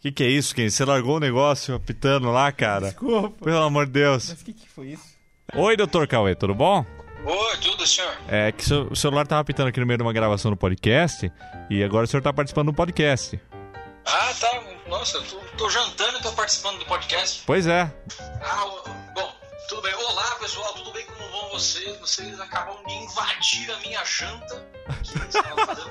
Que que é isso, Ken? Você largou o negócio apitando lá, cara? Desculpa. Pelo amor de Deus. Mas o que, que foi isso? Oi, doutor Cauê, tudo bom? Oi, tudo, senhor? É que seu- o celular tava apitando aqui no meio de uma gravação do podcast e agora o senhor tá participando do podcast. Ah, tá. Nossa, eu tô, tô jantando e tô participando do podcast. Pois é. Ah, o- bom, tudo bem. Olá, pessoal, tudo bem? Como vão vocês? Vocês acabaram de invadir a minha janta. Que eu estava fazendo,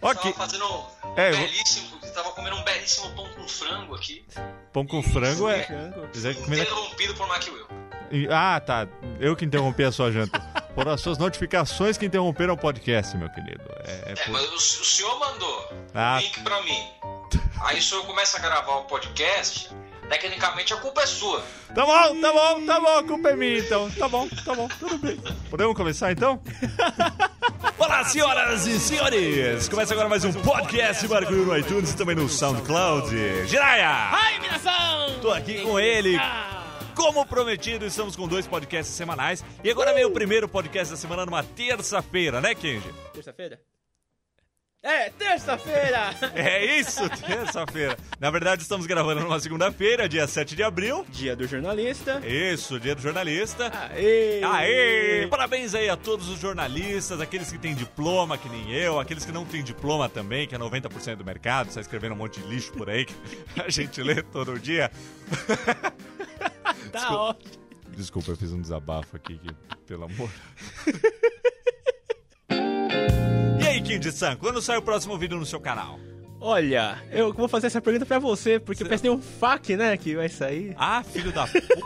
Ok. estava fazendo um É, eu vou- belíssimo... Estava comendo um belíssimo pão com frango aqui. Pão com frango é. Frango. Mas é comida- Interrompido por Mac Will. Ah, tá. Eu que interrompi a sua janta. Foram as suas notificações que interromperam o podcast, meu querido. É, é É, por- mas o, o senhor mandou Ah. o link pra mim. Aí o senhor começa a gravar o podcast. Tecnicamente a culpa é sua. Tá bom, tá bom, tá bom, a culpa é minha então. Tá bom, tá bom, tudo bem. Podemos começar então? Olá, senhoras e senhores! Começa agora mais um podcast Barulho no iTunes e também no SoundCloud. Jiraya! Ai, minação! Tô aqui com ele. Ah, Como prometido, estamos com dois podcasts semanais. E agora vem o primeiro podcast da semana numa terça-feira, né, Kenji? Terça-feira? É, terça-feira! É isso, terça-feira. Na verdade, estamos gravando numa segunda-feira, dia 7 de abril. Dia do jornalista. Isso, dia do jornalista. Aê! Aê! Parabéns aí a todos os jornalistas, aqueles que têm diploma, que nem eu, aqueles que não têm diploma também, que é 90% do mercado, sai escrevendo um monte de lixo por aí que a gente lê todo dia. Tá ótimo. Desculpa, eu fiz um desabafo aqui, que, pelo amor. E aí, Kim de San, quando sai o próximo vídeo no seu canal? Olha, eu vou fazer essa pergunta pra você, porque parece que tem um fac, né, que vai sair. Ah, filho da puta,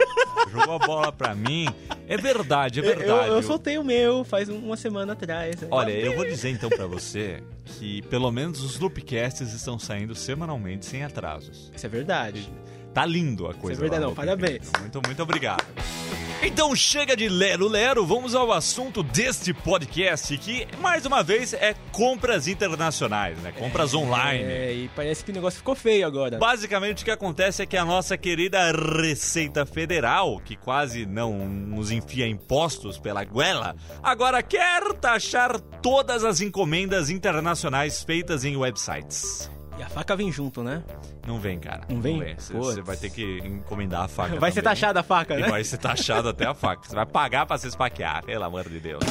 jogou a bola pra mim. É verdade, é Eu, verdade. eu soltei o meu faz um- uma semana atrás. né? Olha, eu vou dizer então pra você que pelo menos os loopcasts estão saindo semanalmente sem atrasos. Isso é verdade. Tá lindo a coisa. é verdade, lá no não. Loopcast. Parabéns. Muito, muito obrigado. Então chega de lero lero, vamos ao assunto deste podcast que mais uma vez é compras internacionais, né? Compras online. É, e parece que o negócio ficou feio agora. Basicamente o que acontece é que a nossa querida Receita Federal, que quase não nos enfia impostos pela goela, agora quer taxar todas as encomendas internacionais feitas em websites. E a faca vem junto, né? Não vem, cara. Não vem? Putz. Você vai ter que encomendar a faca. Vai ser também. taxada a faca, E né? vai ser taxado até a faca. Você vai pagar pra se esfaquear, pelo amor de Deus.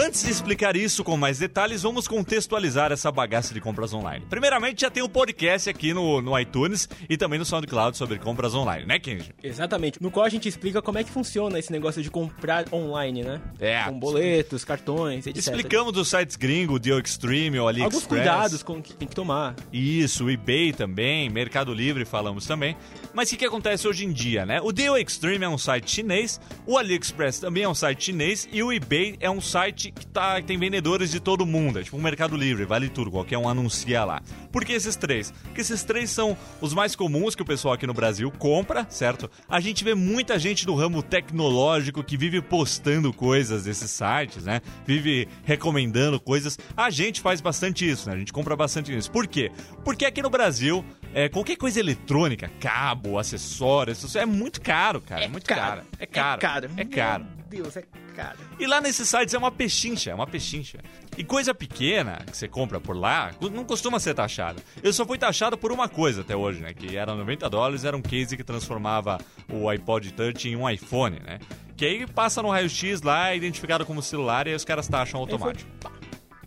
Antes de explicar isso com mais detalhes, vamos contextualizar essa bagaça de compras online. Primeiramente, já tem um podcast aqui no, no iTunes e também no SoundCloud sobre compras online, né, Kenji? Exatamente. No qual a gente explica como é que funciona esse negócio de comprar online, né? É. Com boletos, cartões, etc. Explicamos os sites gringo, o Deal Extreme, o AliExpress. Alguns cuidados com que tem que tomar. Isso, o eBay também, Mercado Livre falamos também. Mas o que, que acontece hoje em dia, né? O Deal Extreme é um site chinês, o AliExpress também é um site chinês e o eBay é um site que, tá, que tem vendedores de todo mundo. É tipo um Mercado Livre, vale tudo, qualquer um anuncia lá. Por que esses três? Porque esses três são os mais comuns que o pessoal aqui no Brasil compra, certo? A gente vê muita gente do ramo tecnológico que vive postando coisas desses sites, né? Vive recomendando coisas. A gente faz bastante isso, né? A gente compra bastante isso. Por quê? Porque aqui no Brasil, é, qualquer coisa eletrônica, cabo, acessórios, isso é muito caro, cara. É, muito caro. É caro. É caro. É caro. Meu Deus, é caro. E lá nesses sites é uma pechincha, é uma pechincha. E coisa pequena que você compra por lá cu- não costuma ser taxada. Eu só fui taxado por uma coisa até hoje, né? Que era 90 dólares, era um case que transformava o iPod Touch em um iPhone, né? Que aí passa no raio-x lá, é identificado como celular, e aí os caras taxam automático.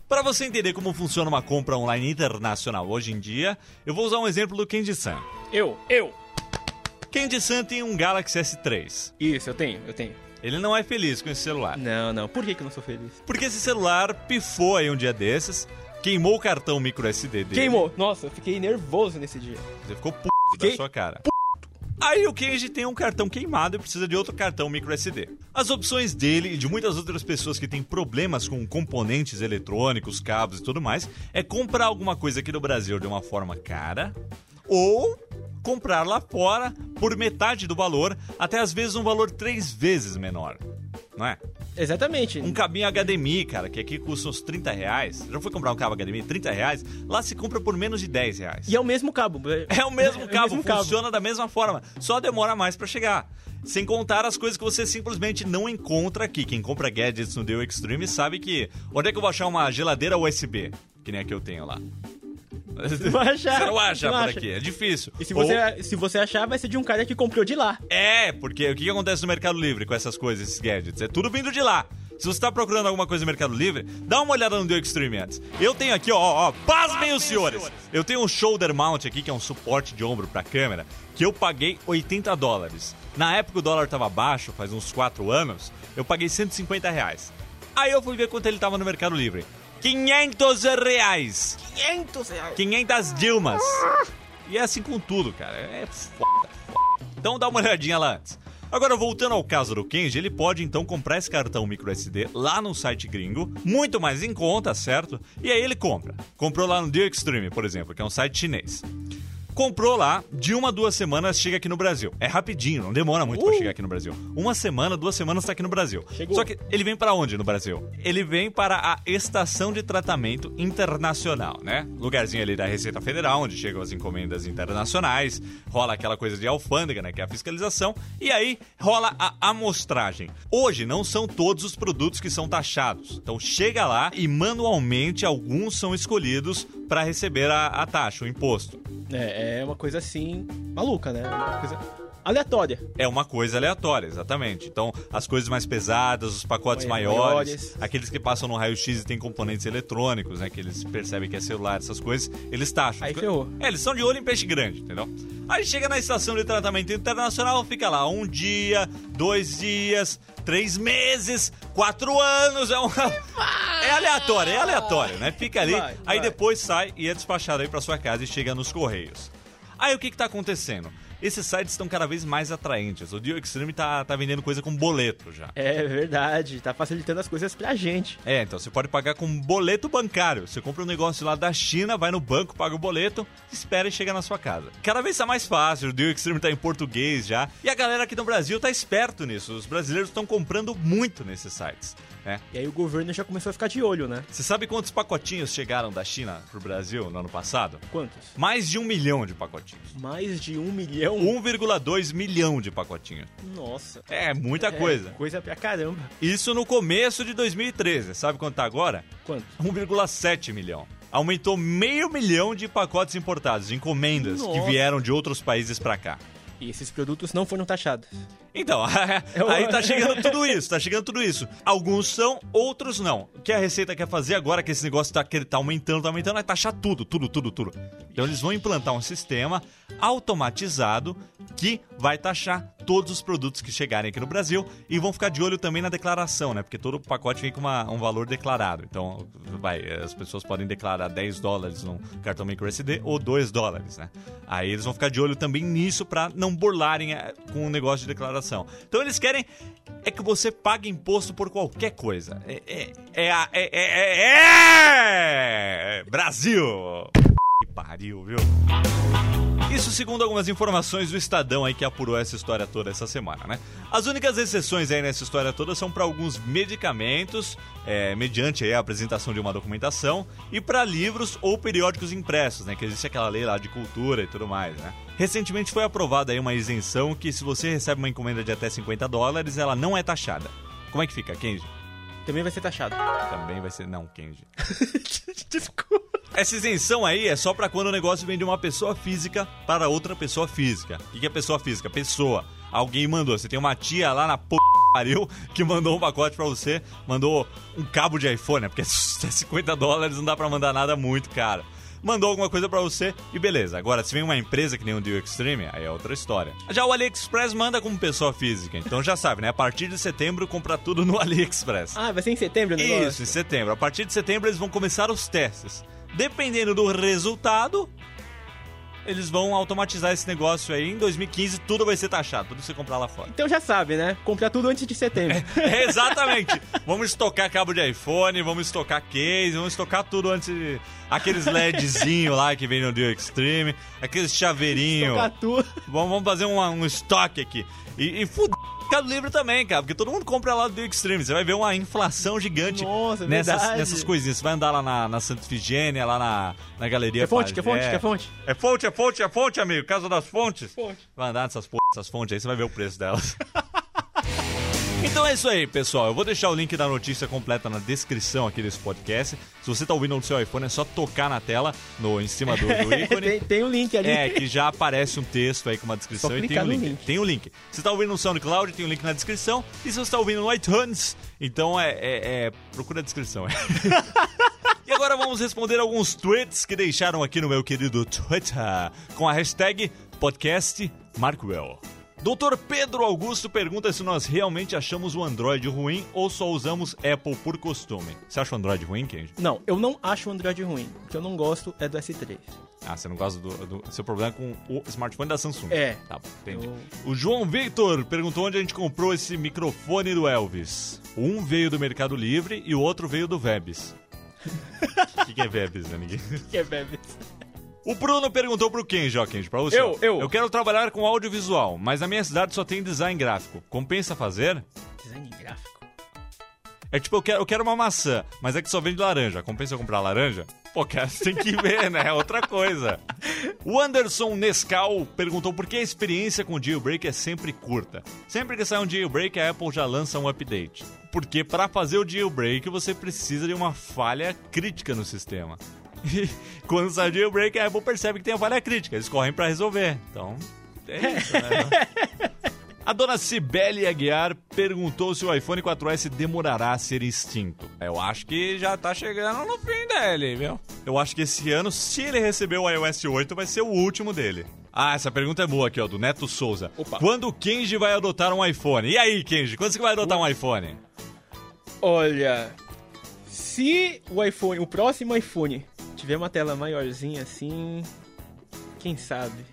Para você entender como funciona uma compra online internacional hoje em dia, eu vou usar um exemplo do Candy Sun. Eu, eu. Candy Sun tem um Galaxy S3. Isso, eu tenho, eu tenho. Ah, Ele não é feliz com esse celular. Não, não. Por que, que eu não sou feliz? Porque esse celular pifou aí um dia desses, queimou o cartão micro SD dele. Queimou. Nossa, eu fiquei nervoso nesse dia. Você ficou p*** Fiquei da sua cara. Aí o Kenji tem um cartão queimado e precisa de outro cartão micro SD. As opções dele e de muitas outras pessoas que têm problemas com componentes eletrônicos, cabos e tudo mais é comprar alguma coisa aqui no Brasil de uma forma cara ou comprar lá fora por metade do valor, até às vezes um valor três vezes menor. Não é? Exatamente. Um cabinho HDMI, cara, que aqui custa uns 30 reais. Já fui comprar um cabo HDMI, 30 reais. Lá se compra por menos de 10 reais. E é o mesmo cabo. É o mesmo cabo, mesmo cabo. funciona da mesma forma, só demora mais pra chegar. Sem contar as coisas que você simplesmente não encontra aqui. Quem compra gadgets no Deal Extreme sabe que onde é que eu vou achar uma geladeira USB, que nem a que eu tenho lá. Você não vai achar. não acha Você não por acha. aqui, é difícil. E se Ou- você, se você achar, vai ser de um cara que comprou de lá. É, porque o que que acontece no Mercado Livre com essas coisas, esses gadgets? É tudo vindo de lá. Se você tá procurando alguma coisa no Mercado Livre, dá uma olhada no The Extreme antes. Eu tenho aqui, ó, ó, ó, pasmem os senhores. Eu tenho um shoulder mount aqui, que é um suporte de ombro pra câmera, que eu paguei 80 dólares. Na época o dólar tava baixo, faz uns 4 anos, eu paguei 150 reais. Aí eu fui ver quanto ele tava no Mercado Livre. 500 reais! 500 reais. 500 Dilmas. E é assim com tudo, cara. É foda, foda. Então dá uma olhadinha lá antes. Agora, voltando ao caso do Kenji, ele pode então comprar esse cartão microSD lá no site gringo, muito mais em conta, certo? E aí ele compra. Comprou lá no Deal Extreme, por exemplo, que é um site chinês. Comprou lá, de uma a duas semanas chega aqui no Brasil. É rapidinho, não demora muito pra Uh! chegar aqui no Brasil. Uma semana, duas semanas tá aqui no Brasil. Chegou. Só que ele vem para onde no Brasil? Ele vem para a Estação de Tratamento Internacional, né? Lugarzinho ali da Receita Federal, onde chegam as encomendas internacionais, rola aquela coisa de alfândega, né? Que é a fiscalização, e aí rola a amostragem. Hoje não são todos os produtos que são taxados. Então chega lá e manualmente alguns são escolhidos para receber a, a taxa, o imposto. É, é uma coisa assim, maluca, né? Uma coisa aleatória. É uma coisa aleatória, exatamente. Então, as coisas mais pesadas, os pacotes Mai- maiores, maiores. aqueles que passam no raio-x e tem componentes eletrônicos, né? Que eles percebem que é celular, essas coisas, eles taxam. Aí ferrou. É, eles são de olho em peixe grande, entendeu? Aí chega na estação de tratamento internacional, fica lá um dia, dois dias, três meses, quatro anos, é um... É aleatório, é aleatório, né? Fica ali, Vai, aí vai. depois sai e é despachado aí pra sua casa e chega nos correios. Aí o que que tá acontecendo? Esses sites estão cada vez mais atraentes. O Dio Extreme tá, tá vendendo coisa com boleto já. É verdade, tá facilitando as coisas pra gente. É, então você pode pagar com boleto bancário. Você compra um negócio lá da China, vai no banco, paga o boleto, espera e chega na sua casa. Cada vez tá mais fácil, o Deal Extreme tá em português já. E a galera aqui no Brasil tá esperto nisso. Os brasileiros estão comprando muito nesses sites, né? E aí o governo já começou a ficar de olho, né? Você sabe quantos pacotinhos chegaram da China pro Brasil no ano passado? Quantos? Mais de um milhão de pacotinhos. Mais de um É milhão? 1,2 milhão de pacotinhos. Nossa. É muita É, coisa. Coisa pra caramba. Isso no começo de 2013. Sabe quanto tá agora? Quanto? 1,7 milhão. Aumentou meio milhão de pacotes importados, de encomendas que Nossa. vieram de outros países pra cá. E esses produtos não foram taxados. Então, aí tá chegando tudo isso, tá chegando tudo isso. Alguns são, outros não. O que a Receita quer fazer agora que esse negócio tá, que tá aumentando, tá aumentando, é taxar tudo, tudo, tudo, tudo. Então eles vão implantar um sistema automatizado que vai taxar todos os produtos que chegarem aqui no Brasil e vão ficar de olho também na declaração, né? Porque todo pacote vem com uma- um valor declarado. Então, vai, as pessoas podem declarar 10 dólares num cartão microSD ou 2 dólares, né? Aí eles vão ficar de olho também nisso pra não burlarem eh, com o negócio de declaração. Então eles querem é que você pague imposto por qualquer coisa. É, é, é, a- é, é, é, é Brasil! Que pariu, viu? Isso segundo algumas informações do Estadão aí que apurou essa história toda essa semana, né? As únicas exceções aí nessa história toda são para alguns medicamentos, é, mediante aí a apresentação de uma documentação, e para livros ou periódicos impressos, né? Que existe aquela lei lá de cultura e tudo mais, né? Recentemente foi aprovada aí uma isenção que se você recebe uma encomenda de até 50 dólares, ela não é taxada. Como é que fica, Kenji? Também vai ser taxado. Também vai ser... Não, Kenji. Desculpa. Essa isenção aí é só pra quando o negócio vem de uma pessoa física para outra pessoa física. O que que é pessoa física? Pessoa. Alguém mandou. Você tem uma tia lá na p... que pariu que mandou um pacote pra você, mandou um cabo de iPhone, né? porque é 50 dólares, não dá pra mandar nada muito caro. Mandou alguma coisa pra você e beleza. Agora, se vem uma empresa que nem o Deal Extreme, aí é outra história. Já o AliExpress manda como pessoa física, então já sabe, né? A partir de setembro, compra tudo no AliExpress. Ah, vai ser em setembro o negócio? Isso, em setembro. A partir de setembro eles vão começar os testes. Dependendo do resultado, eles vão automatizar esse negócio aí. Em 2015 tudo vai ser taxado, tudo que você comprar lá fora. Então já sabe, né? Comprar tudo antes de setembro. É, exatamente. vamos estocar cabo de iPhone, vamos estocar case, vamos estocar tudo antes de... Aqueles LEDzinho lá que vem no Deal Extreme, aqueles chaveirinho. Comprar tudo. Vamos, vamos fazer um, um estoque aqui. E, e fuder o Mercado Livre também, cara, porque todo mundo compra lá do Deal Extreme. Você vai ver uma inflação gigante Nossa, é nessas, verdade. nessas coisinhas. Você vai andar lá na, na Santa Ifigênia, lá na, na Galeria Quer fonte? Quer Pajé. fonte? Quer fonte? É fonte, é fonte, é fonte, amigo. Casa das fontes. Fonte. Vai andar nessas porra, essas fontes aí, você vai ver o preço delas. Então é isso aí, pessoal. Eu vou deixar o link da notícia completa na descrição aqui desse podcast. Se você tá ouvindo no seu iPhone, é só tocar na tela, no, em cima do, do ícone. tem, tem um link ali. É, que já aparece um texto aí com uma descrição Só e tem clicar um no link. link. Tem o link. Se tá ouvindo no SoundCloud, tem o link na descrição. E se você tá ouvindo no iTunes, então é. é- é- procura a descrição. e agora vamos responder alguns tweets que deixaram aqui no meu querido Twitter com a hashtag podcast Markwell. Doutor Pedro Augusto pergunta se nós realmente achamos o Android ruim ou só usamos Apple por costume. Você acha o Android ruim, Kenji? Não, eu não acho o Android ruim. O que eu não gosto é do S3. Ah, você não gosta do, do- Seu problema é com o smartphone da Samsung. É. Tá, bom, entendi. Eu- O João Victor perguntou onde a gente comprou esse microfone do Elvis. Um veio do Mercado Livre e o outro veio do Vebs. O que, que é Vebs, né? Ninguém... Que é bebê. O Bruno perguntou pro Kenji, ó, Kenji, pra você. Eu, eu. Eu quero trabalhar com audiovisual, mas na minha cidade só tem design gráfico. Compensa fazer? Design gráfico. É tipo, eu quero, eu quero uma maçã, mas é que só vende laranja. Compensa eu comprar laranja? Pô, cara, você tem que ver, né? É outra coisa. O Anderson Nescau perguntou por que a experiência com o jailbreak é sempre curta. Sempre que sai um jailbreak, a Apple já lança um update. Porque pra fazer o jailbreak, você precisa de uma falha crítica no sistema. E quando sai o jailbreak, a Apple percebe que tem a falha crítica. Eles correm pra resolver. Então, é isso, né? A dona Cibele Aguiar perguntou se o iPhone 4S demorará a ser extinto. Eu acho que já tá chegando no fim dele, viu? Eu acho que esse ano, se ele receber o iOS 8, vai ser o último dele. Ah, essa pergunta é boa aqui, ó, do Neto Souza. Opa. Quando o Kenji vai adotar um iPhone? E aí, Kenji, quando você vai adotar um iPhone? Olha, se o iPhone, o próximo iPhone, tiver uma tela maiorzinha assim, quem sabe?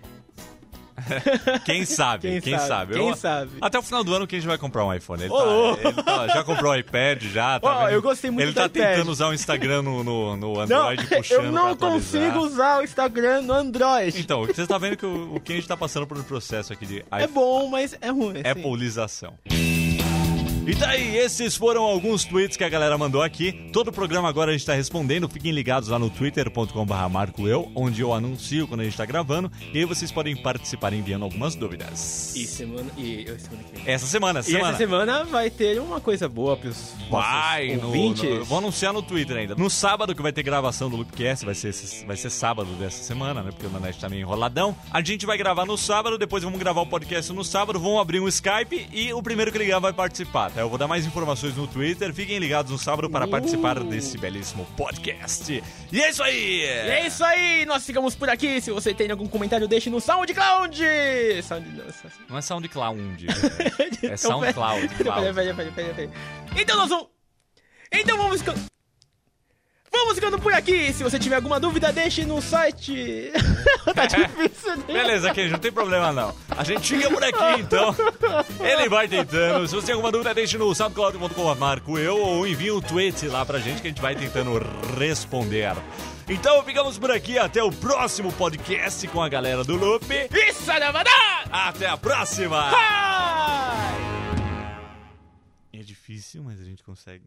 Quem sabe, quem, Quem sabe, sabe. quem Eu- Ah, sabe. Até o final do ano, o Kenji vai comprar um iPhone. Ele, Ô, tá- louco. ele tá- já comprou o iPad, já. Tá Ó, vendo? eu gostei muito Ele do tá iPad. tentando usar o Instagram no, no, no Não, Android puxando eu não pra atualizar. consigo usar o Instagram no Android. Então, você tá vendo que o, o Kenji tá passando por um processo aqui de É bom, mas é ruim. assim. Appleização. E daí, esses foram alguns tweets que a galera mandou aqui. Todo o programa agora a gente tá respondendo. Fiquem ligados lá no twitter.com.br marcoeu, onde eu anuncio quando a gente tá gravando. E aí vocês podem participar enviando algumas dúvidas. E semana, e, eu- semana que vem. Essa semana, essa E semana. essa semana vai ter uma coisa boa pros Vai, nossos no, ouvintes. no- eu vou anunciar no Twitter ainda. No sábado que vai ter gravação do Loopcast, vai ser, esse- vai ser sábado dessa semana, né? Porque o Nanete tá meio enroladão. A gente vai gravar no sábado, depois vamos gravar o podcast no sábado, vamos abrir um Skype e o primeiro que ligar vai participar, tá? Eu vou dar mais informações no Twitter, fiquem ligados no sábado para Uh. participar desse belíssimo podcast. E é isso aí! E é isso aí, nós ficamos por aqui. Se você tem algum comentário, deixe no SoundCloud. Sound... nossa, Não é SoundCloud, né? é Então, SoundCloud. Peraí, Cloud. peraí, peraí, peraí, peraí. Então nós vamos. Então vamos. fican- Vamos ficando por aqui. Se você tiver alguma dúvida, deixe no site. tá difícil, né? Beleza, Kenji, não tem problema não. A gente fica por aqui, então. Ele vai tentando. Se você tem alguma dúvida, deixe no soundcloud.com marco eu ou envie um tweet lá pra gente que a gente vai tentando responder. Então ficamos por aqui. Até o próximo podcast com a galera do Loop. Isso, Navadá! Até a próxima! Ai! É difícil, mas a gente consegue.